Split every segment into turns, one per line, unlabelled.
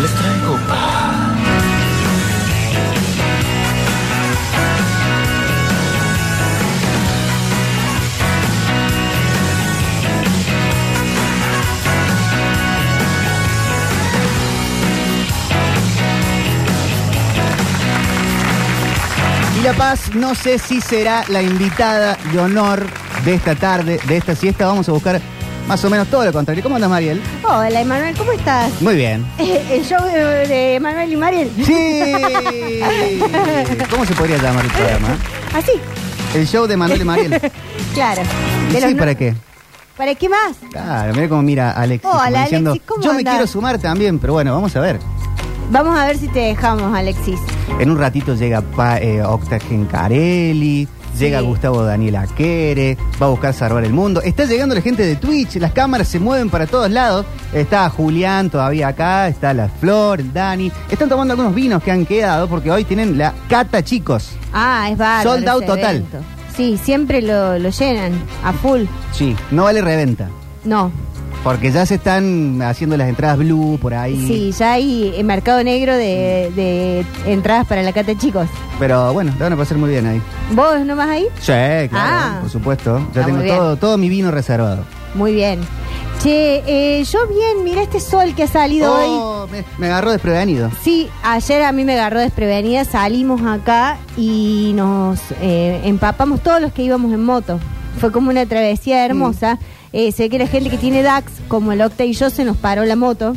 Les traigo.
Y La Paz, no sé si será la invitada de honor de esta tarde, de esta siesta. Vamos a buscar más o menos todo lo contrario. ¿Cómo andas, Mariel?
Hola, Emanuel, ¿cómo estás?
Muy bien.
El show de de Emanuel y Mariel.
¡Sí! ¿Cómo se podría llamar el programa?
Así,
El show de Manuel y Mariel. ¿Y
claro. De los
sí,
no-
para qué?
¿Para qué más?
Claro, mira cómo mira Alexis.
Hola,
como diciendo,
Alexis, ¿cómo
Yo me
andás?
quiero sumar también, pero bueno, vamos a ver.
Vamos a ver si te dejamos, Alexis.
En un ratito llega pa, eh, Octa Gencarelli, llega
Sí.
Gustavo Daniel Aquere, va a buscar salvar el mundo. Está llegando la gente de Twitch, las cámaras se mueven para todos lados. Está Julián todavía acá, está la Flor, el Dani. Están tomando algunos vinos que han quedado porque hoy tienen la cata, chicos.
Ah, es bárbaro.
Sold out
ese
total.
evento. Sí, siempre lo, lo llenan a full.
Sí, no vale reventa.
No,
Porque ya se están haciendo las entradas blue por ahí.
sí, ya hay eh, mercado negro de, de entradas para la cata, chicos.
Pero bueno, la van a pasar muy bien ahí.
¿Vos nomás ahí?
Sí, claro,
Ah.
por supuesto. Yo
Está
tengo
muy bien.
todo, todo mi vino reservado.
Muy bien. Che, eh, yo bien, mira este sol que ha salido hoy.
Oh, me, me agarró desprevenido.
Sí, ayer a mí me agarró desprevenida, salimos acá y nos eh, empapamos todos los que íbamos en moto. Fue como una travesía hermosa. Eh, sé que la gente que tiene DAX, como el Octa y yo, se nos paró la moto.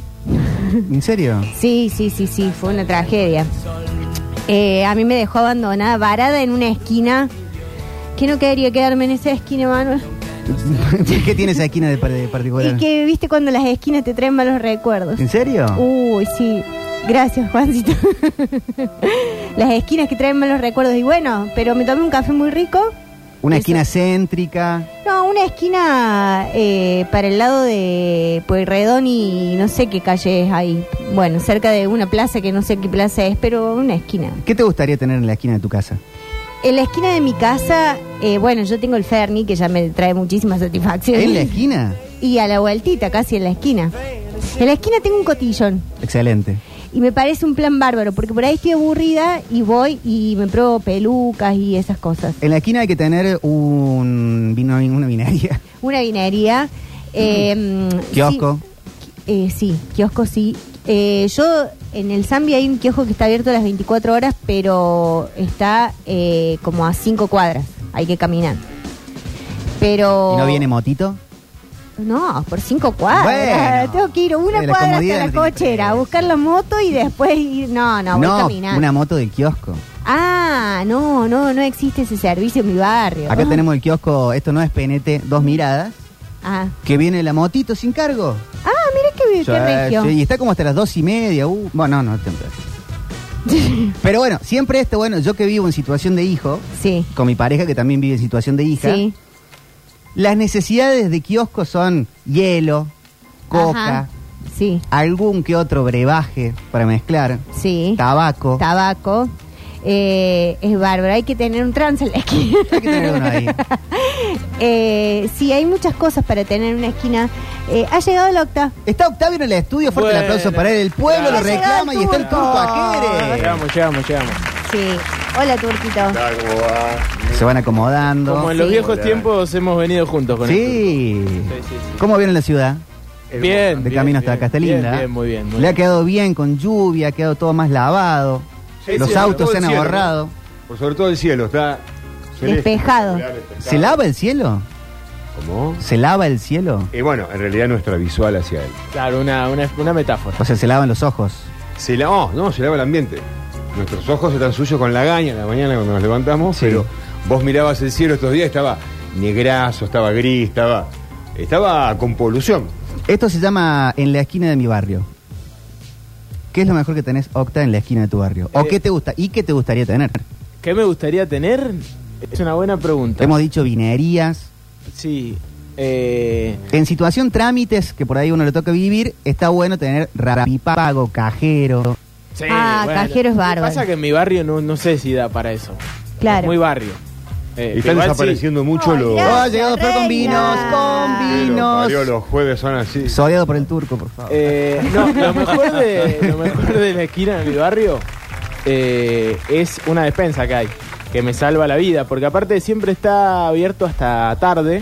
¿En serio?
Sí, sí, sí, sí, fue una tragedia. Eh, a mí me dejó abandonada, varada en una esquina. Que no quería quedarme en esa esquina, Manuel.
¿Qué tiene esa esquina de, par- de particular?
Y que, Uh, viste, cuando las esquinas te traen malos recuerdos.
¿En serio?
Uy, sí. Gracias, Juancito. Las esquinas que traen malos recuerdos. Y bueno, pero me tomé un café muy rico.
Una
eso.
esquina céntrica.
No, una esquina eh, para el lado de Pueyrredón y no sé qué calle es ahí. Bueno, cerca de una plaza que no sé qué plaza es, pero una esquina.
¿Qué te gustaría tener en la esquina de tu casa?
En la esquina de mi casa, eh, bueno, yo tengo el Ferni, que ya me trae muchísima satisfacción.
¿En la esquina?
Y a la vueltita, casi en la esquina. En la esquina tengo un cotillón.
Excelente.
Y me parece un plan bárbaro, porque por ahí estoy aburrida y voy y me pruebo pelucas y esas cosas.
En la esquina hay que tener un vino, una vinaria.
Una vinería. eh, mm,
Kiosco.
Sí, eh, sí, kiosco sí. Eh, yo en el Zambia hay un kiosco que está abierto las 24 horas, pero está eh, como a 5 cuadras. Hay que caminar. Pero.
¿Y no viene motito?
No, por cinco cuadras.
Bueno.
Tengo que ir una
Sí, la
cuadra
comodidad
hasta la
no tiene
cochera, a
precio.
buscar la moto y después ir. No, no, voy caminando.
una moto del kiosco.
Ah, no, no, no existe ese servicio en mi barrio.
Acá tenemos el kiosco, esto no es PNT, dos miradas,
Ah,
que viene la motito sin cargo.
ah mira qué, qué regio.
eh, Sí, sí, y está como hasta las dos y media. uh, bueno, no, no, temprano. Pero bueno, siempre esto, bueno, yo que vivo en situación de hijo,
Sí,
con mi pareja que también vive en situación de hija,
sí.
Las necesidades de kiosco son hielo, coca,
Ajá. Sí,
algún que otro brebaje para mezclar,
sí.
tabaco.
Tabaco. Eh, es bárbaro, hay que tener un trance en la esquina.
Hay que tener uno ahí.
Eh, sí, hay muchas cosas para tener en una esquina. Eh, ha llegado el octa.
Está Octavio en el estudio, fuerte el
Bueno. Ah,
aplauso para él. El pueblo
Claro.
lo reclama y está el turco ajere.
Llegamos, llegamos, llegamos.
Sí. Hola, Turquito.
ah.
Se van acomodando.
Como en los
Sí.
viejos tiempos hemos venido juntos con esto.
Sí.
Sí, sí, sí.
¿Cómo viene la ciudad?
Bien.
De
bien,
camino hasta
bien,
acá, está
bien,
linda.
Bien, muy bien. muy
Le ha
bien.
quedado bien con lluvia, ha quedado todo más lavado.
Sí,
Los
sí,
autos
todo
se han
el cielo,
ahorrado.
Por sobre todo el cielo, está celeste.
Despejado.
¿Se lava el cielo?
¿Cómo?
¿Se lava el cielo?
Y bueno, en realidad nuestra visual hacia él.
Claro, una, una, una metáfora.
O sea, se lavan los ojos.
Se la... oh, no, se lava el ambiente. Nuestros ojos están sucios con la gaña en la mañana cuando nos levantamos,
Sí.
pero vos mirabas el cielo estos días, estaba negrazo, estaba gris, estaba. Estaba con polución.
Esto se llama En la esquina de mi barrio. ¿Qué es lo mejor que tenés, Octa, en la esquina de tu barrio? ¿O
Eh.
qué te gusta? ¿Y qué te gustaría tener?
¿Qué me gustaría tener? Es una buena pregunta.
Hemos dicho vinerías.
Sí. eh,
En situación trámites que por ahí uno le toca vivir, está bueno tener rapipago, cajero.
sí,
Ah, cajero es
Lo que
bárbaro.
Pasa que en mi barrio no, no sé si da para eso.
Claro.
Muy barrio. Eh,
Están
igual sí.
desapareciendo mucho
Ay,
los.
ya.
Oh, ha llegado Flor con vinos, con
Sí, los parió,
vinos.
Los jueves son así.
Soleado por el turco, por favor.
Eh, no, lo mejor, de, lo mejor de la esquina de mi barrio eh, es una despensa que hay, que me salva la vida, porque aparte siempre está abierto hasta tarde,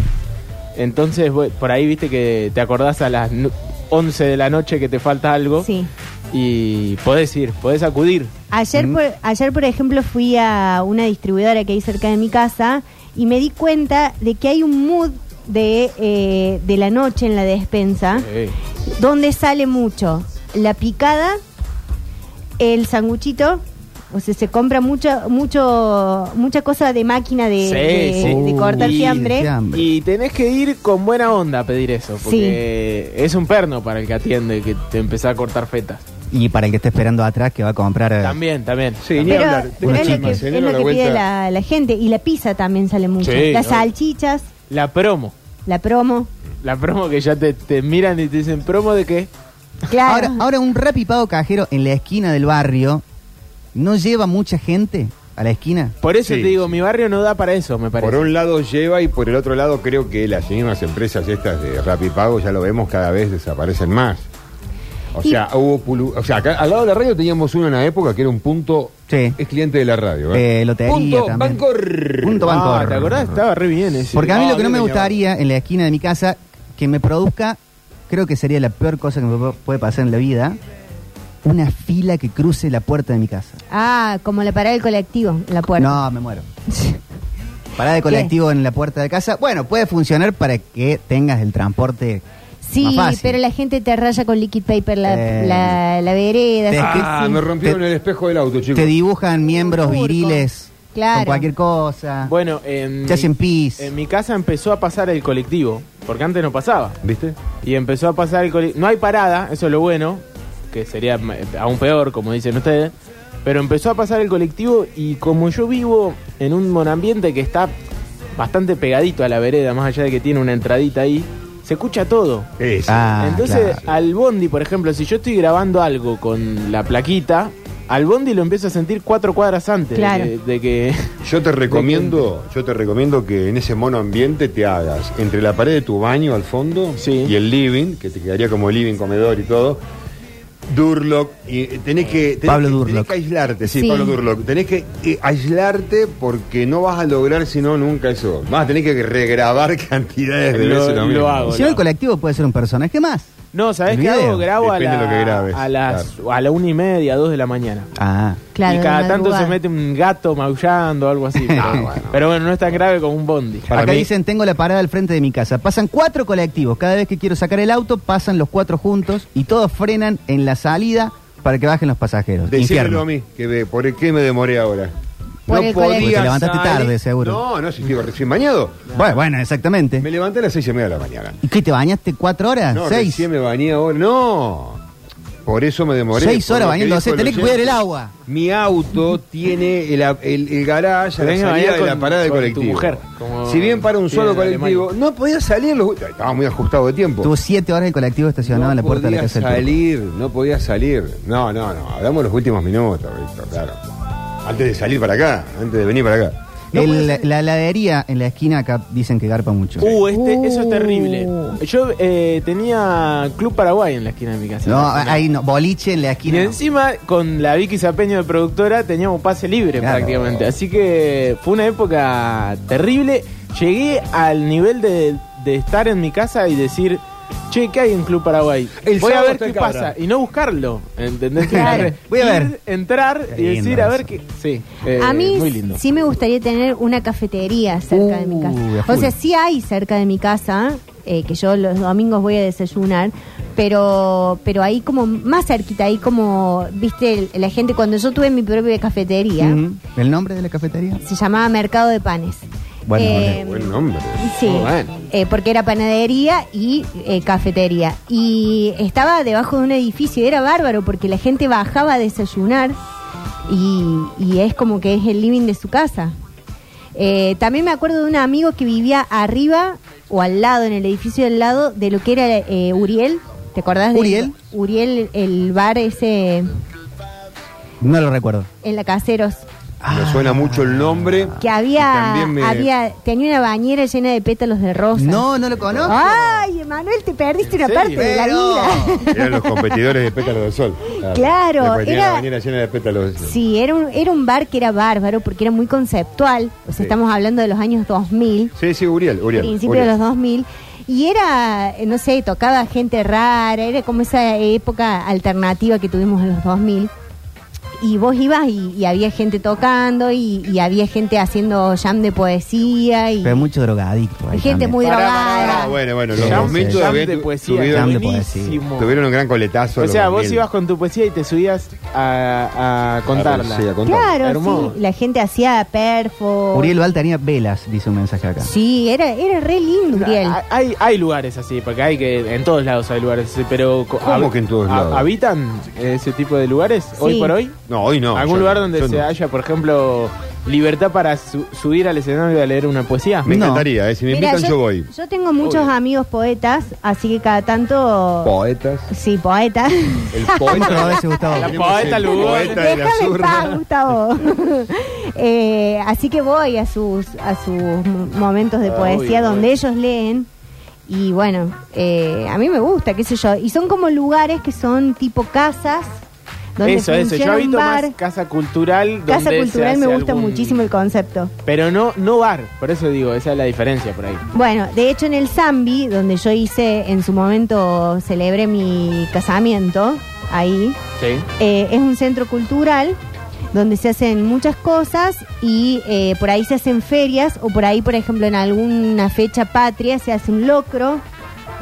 entonces voy- por ahí viste que te acordás a las nu- 11 de la noche que te falta algo
Sí.
y podés ir, podés acudir.
Ayer, por, ayer, por ejemplo, fui a una distribuidora que hay cerca de mi casa y me di cuenta de que hay un mood de, eh, de la noche en la despensa
Eh,
donde sale mucho la picada, el sanguchito. O sea, se compra mucha, mucho, mucha cosa de máquina de,
Sí,
de-
sí.
de cortar
Uy,
fiambre.
Fiambre.
Y tenés que ir con buena onda a pedir eso, porque es un perno para el que atiende que te empezá a cortar fetas.
Y para el que esté esperando atrás que va a comprar. eh,
También, también.
Sí, ni
Pero
hablar. Tengo
es lo que,
chicas,
es
eh, no
lo
la
que
vuelta.
pide la, la gente. Y la pizza también sale mucho.
Sí,
Las
¿no?
salchichas,
La promo.
la promo.
La promo que ya te, te miran y te dicen, ¿promo de qué?
Claro.
Ahora, ahora un rapipado cajero en la esquina del barrio no lleva mucha gente a la esquina.
Por eso
Sí,
te digo,
sí.
mi barrio no da para eso, me parece.
Por un lado lleva y por el otro lado creo que las mismas empresas estas de Rapipago ya lo vemos cada vez desaparecen más. O
Y-
sea, hubo pulu- o sea, acá al lado de la radio teníamos uno en la época que era un punto
Sí.
es cliente de la radio,
Eh, lotería
punto
también.
Bancor.
Punto
Ah,
Bancor.
¿Te acordás? Estaba re bien ese.
Porque a mí
No,
lo que
a
no
mí
me
me llama.
gustaría en la esquina de mi casa que me produzca, creo que sería la peor cosa que me pu- puede pasar en la vida, una fila que cruce la puerta de mi casa.
Ah, como la parada del colectivo, la puerta.
No, me muero. Parada de colectivo en la puerta de casa. Bueno, puede funcionar para que tengas el transporte
sí,
más fácil.
pero la gente te raya con liquid paper la,
Eh.
la- la vereda.
Te-
así que
Ah,
sí.
me rompieron
Te-
el espejo del auto, chicos.
Te dibujan miembros
Turco.
viriles con
Claro.
cualquier cosa.
Bueno, en
Mm.
Te hacen
mi,
pis.
en mi casa empezó a pasar el colectivo, porque antes no pasaba.
¿Viste?
Y empezó a pasar el colectivo. No hay parada, eso es lo bueno, que sería eh, aún peor, como dicen ustedes. Pero empezó a pasar el colectivo y como yo vivo en un monambiente que está bastante pegadito a la vereda, más allá de que tiene una entradita ahí, se escucha todo.
Sí, sí.
Ah,
Entonces,
claro.
al Bondi, por ejemplo, si yo estoy grabando algo con la plaquita, al Bondi lo empiezo a sentir cuatro cuadras antes de
Claro.
que- de que
Yo te recomiendo, yo te recomiendo que en ese mono ambiente te hagas entre la pared de tu baño al fondo
Sí.
y el living, que te quedaría como living, comedor y todo. Durlock, y eh, tenés que, tenés
Pablo
que- tenés
Durlock.
que aislarte, sí,
Sí.
Pablo Durlock, tenés que eh, aislarte porque no vas a lograr si no nunca eso. Vas a tener que regrabar cantidades de
Lo-
veces
lo
mismo.
hago.
si no, el colectivo puede ser un personaje más.
No, ¿sabes
El
qué
video.
hago? Grabo a,
Depende
la-
de lo que grabes,
a las a la una y media, dos de la mañana.
Ah.
claro,
y
de
cada tanto
madrugada.
se mete un gato maullando o algo así. Pero,
Ah, bueno.
pero bueno, no es tan grave como un bondi.
Para
Acá
mí-
dicen, tengo la parada al frente de mi casa. Pasan cuatro colectivos. Cada vez que quiero sacar el auto, pasan los cuatro juntos y todos frenan en la salida para que bajen los pasajeros.
Decímelo
Infierno.
a mí, que ve- por qué me demoré ahora.
Por el colectivo.
Porque te levantaste
salir-
tarde, seguro.
No, no, si estoy recién bañado.
Bueno, bueno, exactamente.
Me levanté a las seis y media de la mañana.
¿Y qué, te bañaste cuatro horas?
No,
Ah, ¿Seis?
recién me bañé ahora. No. Por eso me demoré.
Seis
por
horas
lo que
bañándose.
dijo
Tenés que
oyente.
cuidar el agua.
Mi auto tiene el, el, el garage a la
Tenés que
salida
bañar
de la
con-
parada del
con tu
colectivo.
mujer, como
si bien para un
tiene
solo
en
colectivo, no podía salir. Los, estaba muy ajustado de tiempo.
Tuvo siete horas el colectivo estacionado
no
en la puerta de la
podía
casa del turco.
salir, no podía salir. No, no, no. Hablamos los últimos minutos, Víctor, claro. Antes de salir para acá, antes de venir para acá. No
El-
podía salir.
la heladería en la esquina acá dicen que garpa mucho.
Uh, este, eso es terrible.
Uh.
Yo eh, tenía Club Paraguay en la esquina de mi casa.
no, ahí no. Boliche en la
Y
esquina. no.
encima, con la Vicky Zapeño de productora, teníamos pase libre
Claro.
prácticamente. Así que fue una época terrible. Llegué al nivel de, de estar en mi casa y decir, che, ¿qué hay en Club Paraguay?
El
Voy a
sábado
ver
está
qué
el cabra.
pasa. Y no buscarlo. ¿Entendés?
Claro.
Voy a
Ir,
ver.
entrar
Qué
y
lindo
decir, a ver
eso.
qué. Sí. eh,
a mí
Muy lindo.
sí me gustaría tener una cafetería cerca de mi
Uh, a
casa.
full.
O sea, sí hay cerca de mi casa, eh, que yo los domingos voy a desayunar, pero pero ahí como más cerquita, ahí como, viste, el- la gente, cuando yo tuve mi propia cafetería,
Ujú. ¿El nombre de la cafetería?
se llamaba Mercado de Panes.
Bueno,
Eh,
Buen nombre.
Sí,
Muy bueno.
eh, porque era panadería y eh, cafetería. Y estaba debajo de un edificio, y era bárbaro porque la gente bajaba a desayunar y, y es como que es el living de su casa. Eh, también me acuerdo de un amigo que vivía arriba o al lado, en el edificio del lado, de lo que era eh, Uriel. ¿Te acordás de
¿Uriel?
Uriel, el bar ese
No lo recuerdo.
en la Caseros.
Me
Ah.
suena mucho el nombre.
Que
y
había,
Ah, también me-
había tenía una bañera llena de pétalos de rosa.
No, no lo conozco.
Ah. Ay, Emanuel, te perdiste una
¿En serio?
parte de la
Pero-
vida.
Eran los competidores de Pétalos del Sol.
Claro,
Después tenía
era-
la bañera llena de pétalos del sol.
Sí, era un, era un bar que era bárbaro porque era muy conceptual. O sea,
Sí.
estamos hablando de los años 2000,
Sí, sí, Uriel, Uriel.
principio
Uriel.
de los 2000. Y era, eh, no sé, tocaba gente rara, era como esa época alternativa que tuvimos en los 2000. Y vos ibas y, y había gente tocando y, y había gente haciendo jam de poesía y
Pero mucho drogadicto. ahí
y gente
también.
muy
Pará,
drogada.
pará,
Ah, bueno, bueno,
Sí,
los
sí.
2000
Jam
todavía
de
tu-
poesía.
Jam
tuvieron,
de poesía.
Buenísimo.
tuvieron un gran coletazo.
O
los
sea, vos
2000.
ibas con tu poesía y te subías a, a contarla.
Ah, Sí, a contarla.
Claro,
Hermoso.
sí, la gente hacía perfo.
Uriel Val tenía velas, dice un mensaje acá.
Sí, era, era re lindo Uriel.
Ah, Hay, hay lugares así, porque hay que en todos lados hay lugares así, pero co-
¿Cómo
hab-
que en todos
ha-
lados?
¿Habitan ese tipo de lugares
Sí.
hoy por hoy?
No, hoy no.
¿Algún
yo
lugar
no,
donde
yo
se
no.
haya, por ejemplo, libertad para su- subir al escenario a leer una poesía?
Me
No.
encantaría, eh, si me
Mira,
invitan yo, voy.
Yo tengo muchos
Obvio.
amigos poetas, así que cada tanto.
Poetas.
Sí, poeta.
El
¿Cómo te lo
poeta.
hubiese gustado?
La poeta
El
Lugones.
poeta de la
Déjame en
zurda.
paz, Gustavo. Eh, así que voy a sus a sus mo- momentos de
Ah,
poesía
obvio,
donde
obvio.
ellos leen. Y bueno, eh, a mí me gusta, qué sé yo. Y son como lugares que son tipo casas. Donde
Eso, eso. Yo
funciona un
habito
bar.
más casa cultural.
Casa
donde se
cultural me
hace
gusta
algún-
muchísimo el concepto.
Pero no, no bar, por eso digo, esa es la diferencia por ahí.
Bueno, de hecho en el Zambi, donde yo hice en su momento, celebré mi casamiento, ahí,
Sí.
eh, es un centro cultural donde se hacen muchas cosas y eh, por ahí se hacen ferias o por ahí, por ejemplo, en alguna fecha patria se hace un locro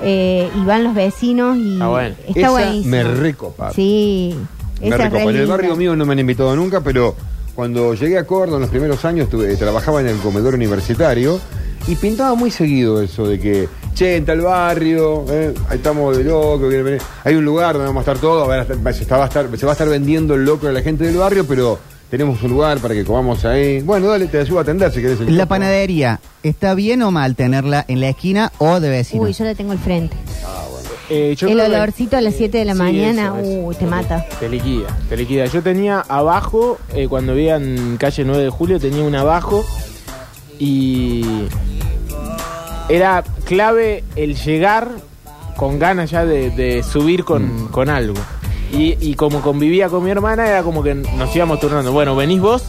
eh, y van los vecinos y
Ah, bueno.
está
Esa
buenísimo.
me recopa.
Sí,
Me
esa es
recopa.
re
En el
linda.
barrio mío no me han invitado nunca, pero cuando llegué a Córdoba en los primeros años tuve- eh, trabajaba en el comedor universitario y pintaba muy seguido eso de que, che, en tal barrio, eh, ahí estamos de loco, viene- viene- hay un lugar donde vamos a estar todos, van a estar- se, está- va a estar, se va a estar vendiendo el loco de la gente del barrio, pero tenemos un lugar para que comamos ahí. Bueno, dale, te ayudo a atender si querés. el
La
choco.
panadería, ¿está bien o mal tenerla en la esquina o de vecino?
Uy, yo la tengo al frente.
Eh, yo
El
creo que-
olorcito a las siete de la mañana, uh, te mata.
Te liquida, te liquida. Yo tenía abajo, eh, cuando vivía en calle 9 de julio, tenía un abajo y era clave el llegar con ganas ya de, de subir con,
Mm.
con algo. Y, y como convivía con mi hermana, era como que nos íbamos turnando. Bueno, venís vos,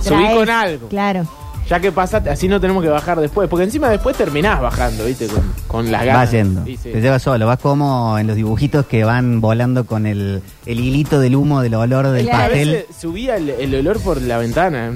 subí
Traes,
con algo.
Claro.
Ya que pasaste, así no tenemos que bajar después. Porque encima después terminás bajando, ¿viste? Con, con las ganas.
Va yendo.
Sí, sí.
Te lleva solo, vas como en los dibujitos que van volando con el, el hilito del humo, del olor del
Claro.
A
pastel.
veces subía el, el olor por la ventana. eh,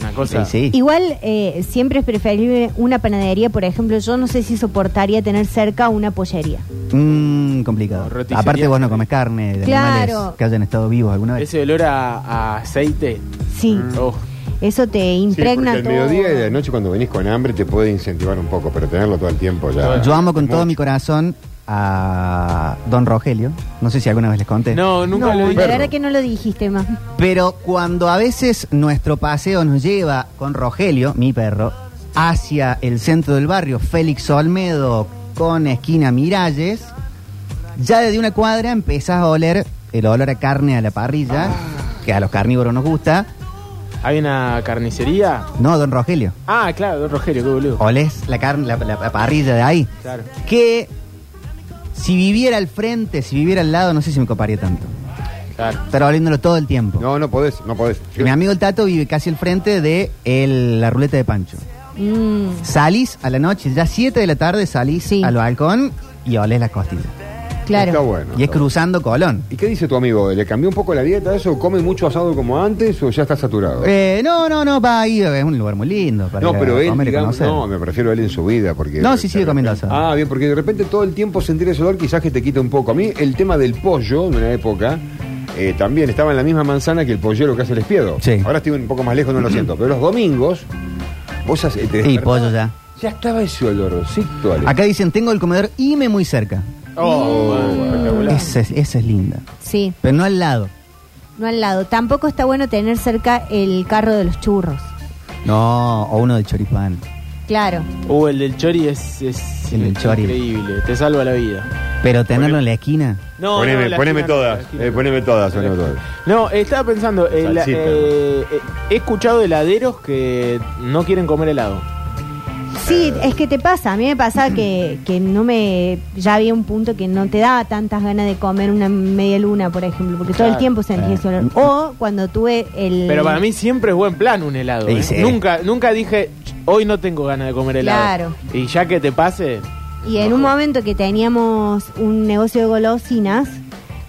Una cosa.
Sí, sí.
Igual eh, siempre es preferible una panadería, por ejemplo, yo no sé si soportaría tener cerca una pollería.
Mm, complicado.
Roticería.
Aparte vos no comes carne de
Claro.
animales que hayan estado vivos alguna vez.
Ese olor a, a aceite.
Sí,
Oh.
eso te
Sí, porque
impregna
al
todo.
mediodía y de la noche cuando venís con hambre te puede incentivar un poco, pero tenerlo todo el tiempo ya.
Yo amo con todo
Mucho.
mi corazón a Don Rogelio. No sé si alguna vez les conté.
No, nunca
no,
lo
la
vi.
verdad que no lo dijiste más.
Pero cuando a veces nuestro paseo nos lleva con Rogelio, mi perro, hacia el centro del barrio, Félix Olmedo, con esquina Miralles, ya desde una cuadra empezás a oler el olor a carne a la parrilla, que a los carnívoros nos gusta.
Hay una carnicería.
No, don Rogelio,
Ah, claro, don Rogelio, qué boludo.
olés la, carne, la, la- la parrilla de ahí.
Claro.
Que si viviera al frente, si viviera al lado, no sé si me coparía tanto.
Claro.
Estar oliéndolo todo el tiempo.
No, no podés, no podés.
Que Mi amigo el Tato vive casi al frente de el- la ruleta de Pancho.
Mm,
Salís a la noche, ya 7 de la tarde salís
Sí.
al balcón y olés las costillas.
Está
claro.
bueno.
y es
está
cruzando Colón.
¿Y qué dice tu amigo? ¿Le cambió un poco la dieta eso? ¿Come mucho asado como antes o ya está saturado?
Eh, no, no, no, va ahí, eh, es un lugar muy lindo. Para
no,
ir a
pero él,
comer y
digamos,
conocer.
no, me refiero a él en su vida, porque...
No, sí, sí,
de
comiendo
repente-
asado.
Ah, bien, porque de repente todo el tiempo sentir ese olor quizás que te quita un poco. A mí el tema del pollo, en una época, eh, también estaba en la misma manzana que el pollero que hace el espiedo.
Sí.
Ahora estoy un poco más lejos, no lo siento. Pero los domingos, vos haces- eh, te
Sí,
despertabas-
pollo ya.
Ya estaba ese olorcito, Ale.
Acá dicen, tengo el comedor IME muy cerca.
Oh, bueno, espectacular.
Esa es, esa es linda.
Sí,
Pero no al lado.
no al lado. Tampoco está bueno tener cerca el carro de los churros.
No, o uno de choripán.
Claro.
Uh, el del chori es, es-
El del
es
chori.
increíble. Te salva la vida.
Pero tenerlo en la esquina.
No,
poneme,
la
poneme
esquina no, la
todas,
esquina
eh,
no.
poneme todas, poneme todas.
No, estaba pensando, eh, la-
Salsita.
eh, eh, he escuchado heladeros que no quieren comer helado.
Sí, es que te pasa. A mí me pasa que, que no me. Ya había un punto que no te daba tantas ganas de comer una media luna, por ejemplo, porque todo
Claro.
el tiempo sentí ese olor. O cuando tuve el.
Pero para mí siempre es buen plan un helado.
Y
¿eh?
sí.
Nunca, nunca dije, "Ch, hoy no tengo ganas de comer helado.
Claro.
Y ya que te pase,
Y en un momento que teníamos un negocio de golosinas,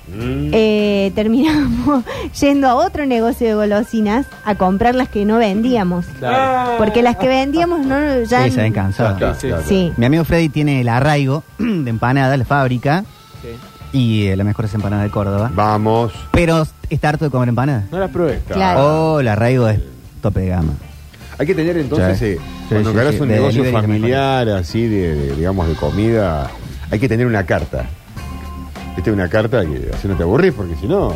Mm.
eh, terminamos yendo a otro negocio de golosinas a comprar las que no vendíamos.
claro.
Porque las que vendíamos no ya.
Sí, se ven cansados.
Claro,
sí.
claro.
Sí.
Mi amigo Freddy tiene el arraigo de empanadas, la fábrica,
Sí.
y eh, la mejor es empanada de Córdoba.
Vamos.
Pero está harto de comer empanadas.
No las probé.
Claro.
Oh, el arraigo es tope de gama.
Hay que tener entonces,
Sí.
eh,
Sí,
cuando
sí,
encarás
sí.
un
De
negocio
delivery también
familiar, así, de, de, digamos, de comida, hay que tener una carta. Esta es una carta que así no te aburrís, porque si no...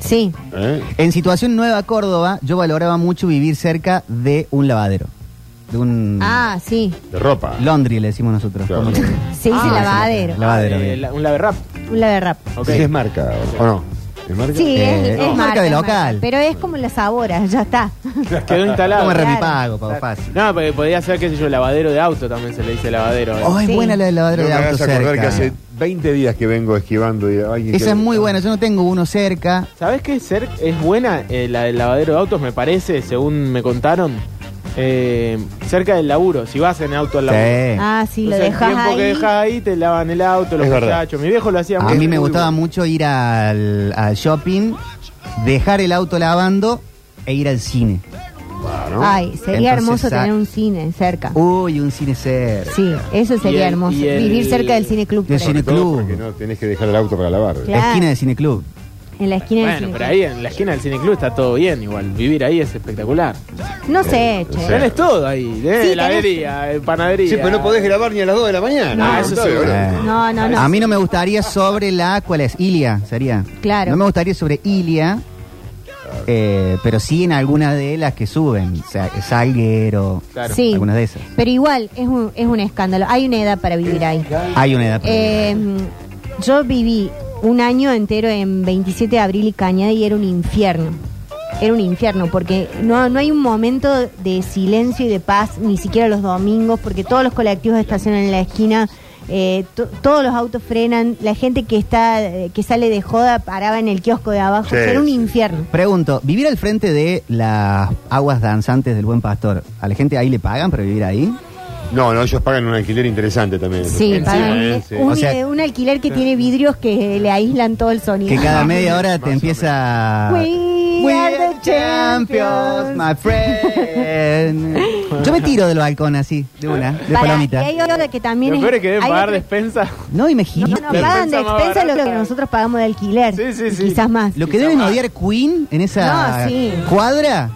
Sí.
¿eh?
En situación nueva Córdoba, yo valoraba mucho vivir cerca de un lavadero. De un
Ah, sí.
De ropa.
laundry, le decimos nosotros.
Claro.
¿Cómo le-
Se dice
Ah.
lavadero.
Lavadero,
Eh,
bien.
la- un laberrap.
Un laverrap.
Ok.
Sí, Es marca, ¿o no? ¿Es marca?
Sí,
Eh,
es,
es marca de local.
Pero es como las saboras, ya está.
Quedó instalado.
¿Cómo es
Claro.
repago, pago fácil?
No, porque podía ser, qué sé yo, lavadero de auto también se le dice lavadero. ¿eh?
Oh, es
Sí.
buena la del lavadero
No me
de
hagas
auto
acordar
cerca.
que hace 20 días que vengo esquivando. Y, ay,
Esa
que- Ah,
es muy buena, yo no tengo uno cerca.
¿Sabés qué ser es buena eh, la del lavadero de autos? Me parece, según me contaron, eh, cerca del laburo. Si vas en auto al laburo.
Sí.
Ah, sí, lo
Entonces,
dejas
El tiempo
ahí.
que dejas ahí te lavan el auto, los
Es verdad.
muchachos. Mi viejo lo
Ah,
hacía
A
muy-
mí me
muy
gustaba
bueno.
mucho ir al, al shopping, dejar el auto lavando e ir al cine.
Claro.
Ay, sería
Entonces,
hermoso
ah,
tener un cine cerca.
Uy, un cine cerca.
sí, eso
y
sería
el-
hermoso.
y el-
Vivir cerca del cine club.
Del
por
cine
ejemplo.
Sobre todo
club.
Porque no tenés que dejar el auto para lavar.
Claro.
Esquina de Cine Club.
En la esquina del
Bueno,
cine
pero
club.
ahí en la esquina del cineclub está todo bien igual. Vivir ahí es espectacular.
No sé, che.
Sí.
Tenés todo ahí.
Sí,
de
tenés-
heladería, eh, panadería.
Sí, pero no podés grabar ni a las 2 de la mañana.
No,
Ah,
eso
está
sí.
bien.
Eh,
No, no, no.
A mí no me gustaría sobre la. ¿Cuál es? Ilia, sería.
Claro.
No me gustaría sobre Ilia, eh, pero sí en alguna de las que suben. O sea, Salguero.
Claro.
Sí.
Algunas de esas.
Pero igual, es un, es un escándalo. Hay una edad para vivir ahí.
Hay una edad. para
Eh, yo viví un año entero en 27 de abril y Cañada y era un infierno. Era un infierno porque no, no hay un momento de silencio y de paz, ni siquiera los domingos, porque todos los colectivos estacionan en la esquina, eh, to- todos los autos frenan, la gente que está eh, que sale de joda paraba en el kiosco de abajo.
Sí,
era un
sí.
infierno.
Pregunto, vivir al frente de las aguas danzantes del Buen Pastor, ¿a la gente ahí le pagan para vivir ahí?
No, no, ellos pagan un alquiler interesante también.
Sí,
Encima,
pagan
¿eh? Sí.
un,
O sea-
un alquiler que tiene vidrios que le aíslan todo el sonido. Ah.
Que cada media hora te empieza...
We are the champions.
my friend. Yo me tiro del balcón así, de una, de
Para-
palomita.
y hay otra que también
Lo
es-
peor es que deben
hay
pagar
otra-
despensa.
No,
No,
imagínate.
no, pagan de
Despensa más
expensa lo que
barata.
nosotros pagamos de alquiler.
Sí, sí,
Y
sí.
Quizás más.
Lo que deben odiar Queen en esa
No, sí.
cuadra.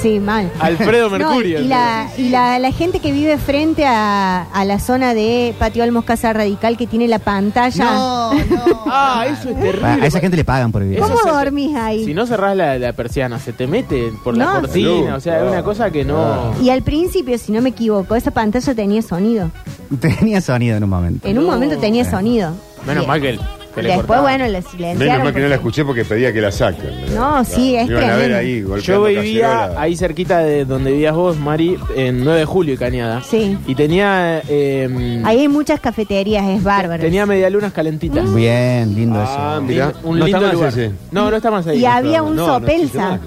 Sí, mal.
Alfredo Mercurio.
No, y la, y la, la gente que vive frente a, a la zona de Patio Almos Casa Radical que tiene la pantalla.
No, no.
Ah, eso es terrible.
A esa gente le pagan por vivir.
Eso
¿Cómo
se-
dormís ahí?
Si no cerrás la, la persiana, se te mete por la
No.
cortina. O sea, es una cosa que no.
Y al principio, si no me equivoco, esa pantalla tenía sonido.
Tenía sonido en un momento.
En un momento tenía sonido.
Menos
Y-
mal que, que le
Después,
cortaron.
bueno, la silenciaron.
Menos mal que no la
porque-
escuché porque pedía que la saquen.
No, sí, es
Me iban a ver
tremendo.
ahí
Yo
golpeando
vivía
cacerola.
ahí cerquita de donde vivías vos, Mari, en 9 de julio y Cañada.
Sí.
Y tenía. eh,
Ahí hay muchas cafeterías, es bárbaro.
tenía medialunas calentitas.
Mm.
Bien, lindo
Ah,
eso.
mirá.
Un
No
lindo
está más
lugar.
ese.
No, no está más ahí.
Y había un
No, no existe
sopelsa.
más.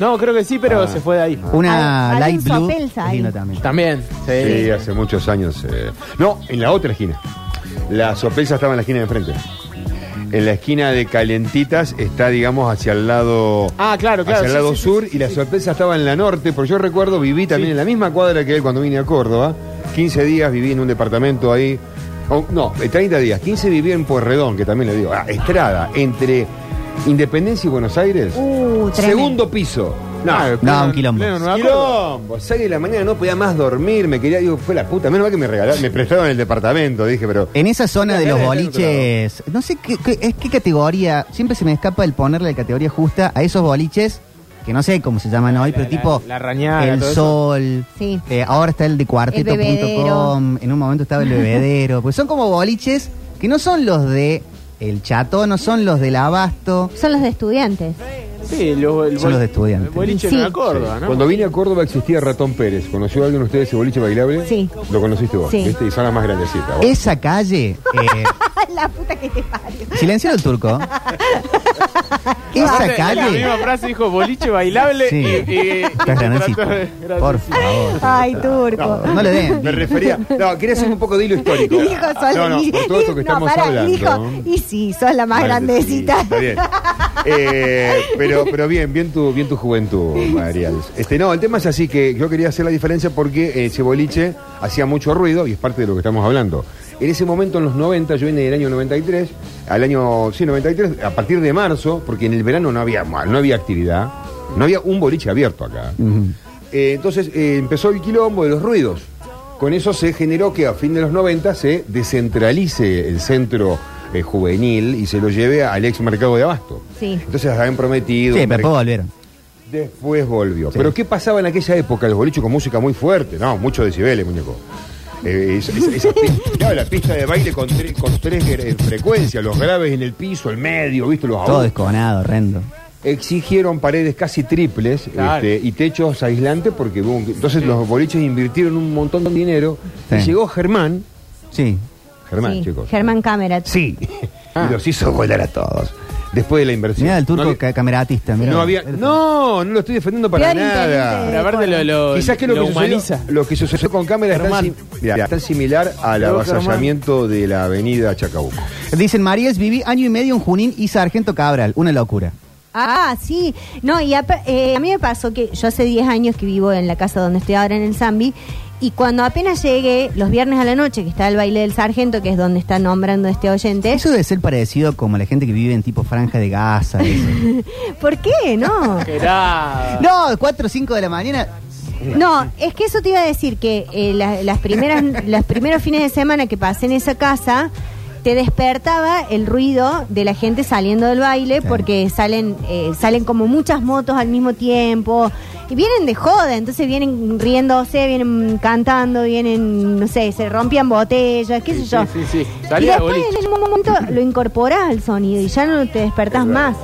No, creo que sí, pero se fue de ahí.
Una
Hay- hay
light
un
blue.
sopelsa
es lindo
ahí.
también.
También. Sí.
Sí, hace muchos años. eh. No, en la otra esquina. La sopesa estaba en la esquina de enfrente. En la esquina de Calentitas está, digamos, hacia el lado.
Ah, claro, claro,
Hacia el
sí,
lado
sí, sí,
sur.
sí,
y la sorpresa estaba en la norte, porque yo recuerdo viví también en la misma cuadra que él cuando vine a Córdoba. 15 días viví en un departamento ahí. Oh, no, eh, 30 días. 15 viví en Puerredón, que también le digo. Ah, Estrada, entre Independencia y Buenos Aires.
Uh, tremendo. Ah,
segundo piso. No,
No, un quilombo.
Pleno Nueva Córdoba.
Quilombo, 6 de la mañana no podía más dormir, me quería, digo, fue la puta, menos mal que me regalaron, me prestaron el departamento, dije, pero.
En esa zona de los
Claro,
boliches, no sé qué, qué- es qué categoría, siempre se me escapa el ponerle la categoría justa a esos boliches que no sé cómo se llaman hoy,
La-
pero
la-
tipo
la rañaga,
El
todo eso.
Sol.
Sí.
Eh, ahora está el de cuarteto.com.
bebedero.
En un momento estaba el bebedero. pues son como boliches que no son los de El Chato, no son los del Abasto.
Son los de estudiantes.
Sí, lo- el
Son los de
bol-
estudiantes.
el boliche
Sí.
no me
Ah,
acuerdo, ¿no?
Cuando vine a Córdoba existía Ratón Pérez. ¿Conoció alguien de ustedes ese boliche bailable?
Sí.
Lo conociste vos,
Sí.
¿viste? Y son las más grandecitas. vos.
Esa calle. Eh,
la puta que te parió.
silencio el turco. Esa
La
calle.
misma frase dijo boliche bailable
Sí.
y, y-
Estás
y-
grandoncito.
Gracias.
Por favor.
Ay, turco.
No le den.
Me refería. No, quería hacer un poco de hilo histórico.
Y dijo, sos-
no, no, por todo esto que
y- no,
estamos
pará, y
hablando.
dijo, y sí, sos la más grandecita.
Grandecita, Está bien. Eh, pero, pero bien, bien tu, bien tu juventud, Marial. Este, no, el tema es así que yo quería hacer la diferencia porque eh, ese boliche hacía mucho ruido y es parte de lo que estamos hablando. En ese momento, en los 90, yo vine del año 93, al año, sí, 93, a partir de marzo, porque en el verano no había, no había actividad, no había un boliche abierto acá. Eh, entonces eh, empezó el quilombo de los ruidos. Con eso se generó que a fin de los 90 se descentralice el centro eh, juvenil y se lo lleve al ex mercado de abasto.
Sí.
Entonces habían prometido.
Sí,
un
pero
merc-
volvieron.
Después volvió. Pero ¿qué pasaba en aquella época? Los bolichos con música muy fuerte. No, muchos decibeles, muñeco. Eh, esa, esa- esa pista, claro, la pista de baile con, tre- con tres eh, frecuencias, los graves en el piso, el medio, ¿viste? Los
Todo
agudos.
desconado, horrendo.
Exigieron paredes casi triples
Claro.
este, y techos aislantes porque hubo un- entonces los boliches invirtieron un montón de dinero
Sí.
y llegó Germán,
Sí.
Germán
Sí,
chicos, Ah.
Germán Cámara.
sí, y los hizo volar a todos después de la inversión.
Mira el turco
no había,
ca- cameratista. mirá.
no, había- no, no lo estoy defendiendo para
Peor
nada.
intendente.
Pero aparte lo, lo,
Quizás que lo,
lo
que
humaniza.
sucedió, lo que sucedió con cámara es tan,
Germán.
sim- mirá, es tan similar al
Luego Germán.
avasallamiento de la avenida Chacabuco.
Dicen, Marías, viví año y medio en Junín y Sargento Cabral. Una locura.
Ah, sí. No, y apa- eh, a mí me pasó que yo hace 10 años que vivo en la casa donde estoy ahora en el Zambi. Y cuando apenas llegué los viernes a la noche, que está el baile del sargento, que es donde está nombrando este oyente.
Eso debe ser parecido como la gente que vive en tipo franja de Gaza. eso.
¿Por qué? No.
Era...
no, 4 o 5 de la mañana.
No, es que eso te iba a decir que eh, la- las primeras, los primeros fines de semana que pasé en esa casa, te despertaba el ruido de la gente saliendo del baile
Claro.
porque salen, eh, salen como muchas motos al mismo tiempo y vienen de joda, entonces vienen riéndose, vienen cantando, vienen, no sé, se rompían botellas, qué sé yo.
sí, sí, sí.
Y
Salía de
después
boliche.
en un momento lo incorporás al sonido y ya no te despertás más.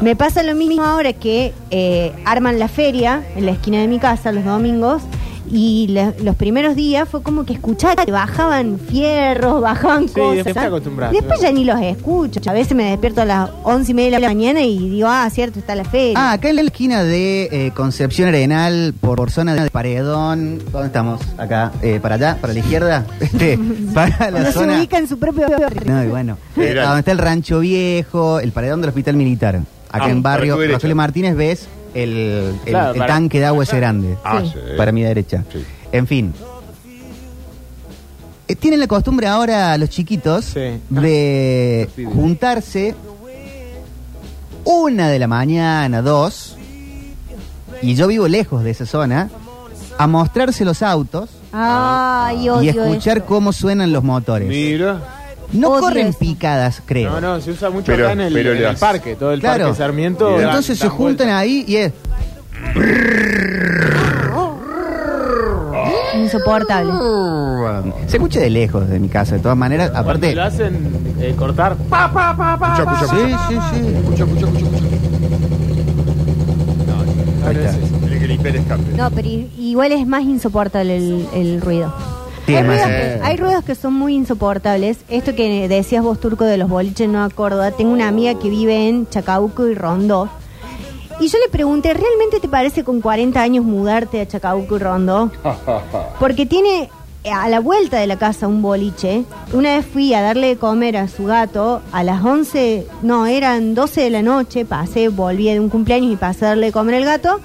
Me pasa lo mismo ahora que eh, arman la feria en la esquina de mi casa los domingos y la- los primeros días fue como que escuchaba que bajaban fierros, bajaban
Sí,
cosas.
después te acostumbras.
Y después ya ni los escucho. A veces me despierto a las once y media de la mañana y digo, ah, cierto, está la feria.
Ah, acá en la esquina de eh, Concepción Arenal, por, por zona de Paredón. ¿Dónde estamos? Acá. Eh, ¿Para allá? ¿Para la izquierda? Este, para la
no se
zona.
ubica en su propio...
No, y bueno. Eh,
Era-
donde está el Rancho Viejo, el Paredón del Hospital Militar. Acá
Ah,
en
para
barrio
tu derecha.
Rogelio Martínez ves el, el-
Claro,
el
para-
tanque de agua ese grande.
Ah,
Sí.
sí.
para mi derecha.
Sí.
En fin. Eh, Tienen la costumbre ahora los chiquitos
Sí.
de
pibes.
juntarse una de la mañana, dos, y yo vivo lejos de esa zona, a mostrarse los autos
Ay,
y
odio
escuchar
eso.
cómo suenan los motores.
Mira,
no
Odio
corren
eso.
picadas, creo.
No, no, se usa mucho
Pero-
acá en el,
pero
en el
las-
parque, todo el parque Sarmiento. dan-
Entonces se
dan
juntan
vueltas.
ahí y es...
Insoportable.
Se escucha de lejos de mi casa, de todas maneras.
Cuando
Aparte...
lo hacen eh, cortar. pa, pa, pa, pa,
escucha,
pa.
escucha,
Sí, sí, sí.
escucha, escucha, escucha, escucha.
Ahí está.
Tiene que limpiar escape.
No, pero i- igual es más insoportable el, el ruido.
Sí,
hay,
es más
ruidos
insoportable.
que, hay ruidos que son muy insoportables. Esto que decías vos, Turco, de los boliches no Córdoba. Tengo una amiga que vive en Chacabuco y Rondó. Y yo le pregunté, ¿realmente te parece con 40 años mudarte a Chacabuco y Rondó? Porque tiene eh, a la vuelta de la casa un boliche. Una vez fui a darle de comer a su gato a las 11, no, eran 12 de la noche, pasé, volví de un cumpleaños y pasé a darle de comer al gato.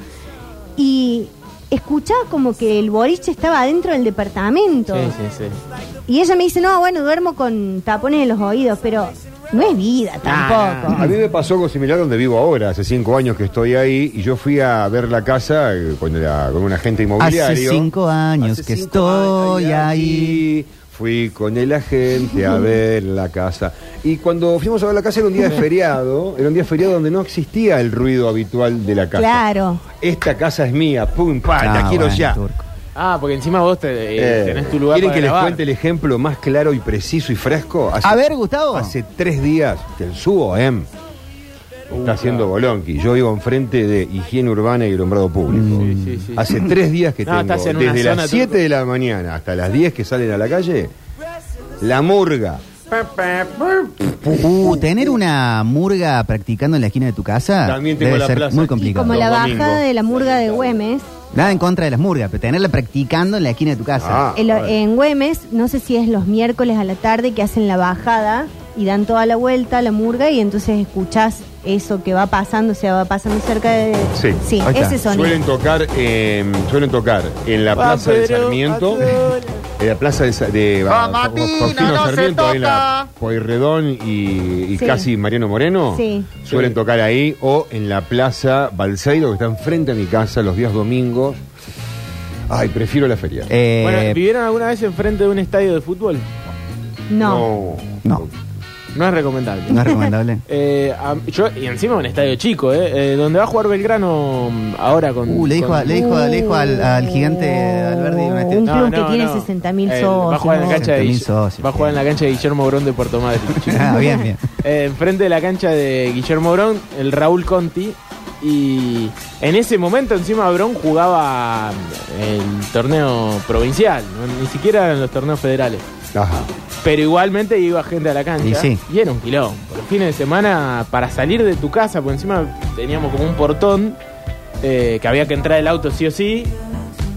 Y escuchaba como que el boliche estaba adentro del departamento.
Sí, sí, sí.
Y ella me dice, no, bueno, duermo con tapones en los oídos, pero no es vida tampoco.
A mí me pasó algo similar donde vivo ahora, hace cinco años que estoy ahí, y yo fui a ver la casa eh, con, la- con un agente inmobiliario.
Hace cinco años que estoy ahí.
Fui con el agente a ver la casa. Y cuando fuimos a ver la casa era un día de feriado, era un día de feriado donde no existía el ruido habitual de la casa.
Claro.
Esta casa es mía, pum, pa,
Ah,
la quiero
bueno,
ya.
turco.
Ah, porque encima vos te, eh,
Eh,
tenés tu lugar
¿Quieren
para
que les
grabar.
cuente el ejemplo más claro y preciso y fresco? Hace-
A ver, Gustavo.
Hace tres días que el subo em está haciendo bolonqui. Yo vivo enfrente de higiene urbana y alumbrado público.
Sí, sí, sí.
Hace tres días que
No, estás en
tengo,
una
desde
zona,
las
tú-
7 de la mañana hasta las 10 que salen a la calle, la murga.
Uh, tener una murga practicando en la esquina de tu casa
También tengo
debe
la
ser
plaza
muy
aquí.
Y
complicado.
como la
Los
baja
domingos.
de la murga de Güemes,
Nada en contra de las murgas, pero tenerla practicando en la esquina de tu casa.
Ah,
el-
bueno.
en Güemes, no sé si es los miércoles a la tarde que hacen la bajada y dan toda la vuelta a la murga y entonces escuchás eso que va pasando, o sea, va pasando cerca de...
Sí.
Ahí está.
ese sonido.
Suelen tocar, eh, suelen tocar en
Ah,
Ah,
la plaza de Sarmiento. En la plaza de, Sa- de ah, Faustino Sarmiento, ahí en la Pueyrredón y, y
Sí.
casi Mariano Moreno,
Sí.
suelen tocar ahí o en la plaza Balseiro, que está enfrente a mi casa los días domingos. Ay, prefiero la feria.
Eh,
Bueno, ¿vivieron alguna vez enfrente de un estadio de fútbol?
No.
no,
No es recomendable.
no es recomendable.
Eh, a- yo, y encima un estadio chico, eh, eh, donde va a jugar Belgrano mm, ahora con.
Uh, le dijo,
con-
a- le dijo, a- le dijo al, al gigante Alberti. una
Un
estrella.
club que tiene 60.000
Eh, Va a
socios.
jugar en la cancha de,
60.000
Guille-
socios, eh.
va a jugar en la cancha de Guillermo Brón de Puerto Madrid.
Ah, bien, bien.
Eh, enfrente de la cancha de Guillermo Brón, el Raúl Conti. Y en ese momento encima Brón jugaba eh, el torneo provincial, no- ni siquiera en los torneos federales.
Ajá.
Pero igualmente iba gente a la cancha.
Y sí.
Y era un quilombo. Los fines de semana, para salir de tu casa, por encima teníamos como un portón eh, que había que entrar el auto sí o sí.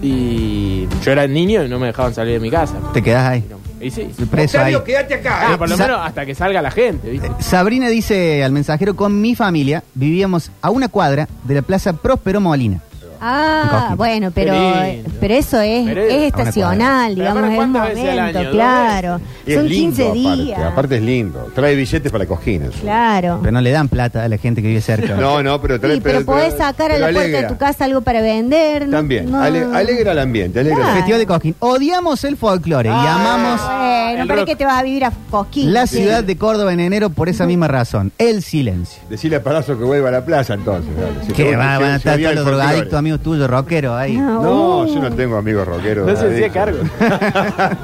Y yo era niño y no me dejaban salir de mi casa.
Te quedás ahí.
Y sí.
Preso ahí.
quédate acá.
Ah, por lo
Sa- Este
menos hasta que salga la gente, ¿viste?
Sabrina dice al mensajero, con mi familia vivíamos a una cuadra de la Plaza Próspero Molina.
Ah,
Cosquín.
bueno, pero,
Qué lindo.
pero eso es,
Pero-
es
A una
estacional,
cuadra.
digamos,
Pero
es un
¿cuántas veces al año?
momento,
¿Dos
claro.
Y
Son
es lindo,
15
aparte.
días.
Aparte es lindo. Trae billetes para cojines.
Claro.
Pero no le dan plata a la gente que vive cerca.
No, no, pero trae
Sí, pero podés sacar a la
pero
puerta de
alegra.
tu casa algo para vender. no-
También.
no-
ale- alegra el ambiente. Alegra el
Claro.
ambiente.
Festival de Cosquín. Odiamos el folclore y
Ah.
amamos
Ah, Bueno,
El
para
rock.
que te vas a vivir a Cosquín.
la
Sí.
ciudad de Córdoba en enero por esa misma razón. El silencio.
Decirle a Palazzo que vuelva a la plaza entonces. dale. Si
Que
te-
va-
si-
van a
si
estar
había
todos los
el folclore.
drogadictos amigos tuyos, rockeros ahí.
No.
No,
Uh.
yo no tengo amigos rockeros.
No se
David.
hacía cargo.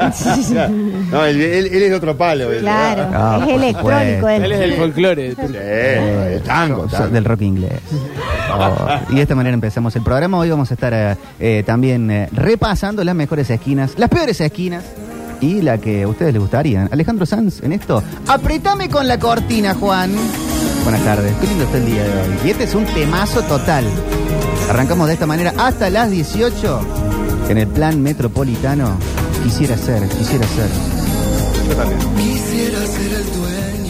No, él, él- él es de otro palo. él.
Claro,
Ah,
es
por
electrónico.
supuesto.
él.
Él es del folclore.
Sí, de Eh, tango,
Sos
tango.
Eh, del rock inglés. Oh. Y de esta manera empezamos el programa. Hoy vamos a estar eh, eh, también eh, repasando las mejores esquinas, las peores esquinas y la que a ustedes les gustaría. Alejandro Sanz, en esto, apretame con la cortina, Juan. Buenas tardes, qué lindo está el día de hoy. Y este es un temazo total. Arrancamos de esta manera hasta las 18 en el plan metropolitano. Quisiera ser, quisiera ser.
Quisiera ser el dueño.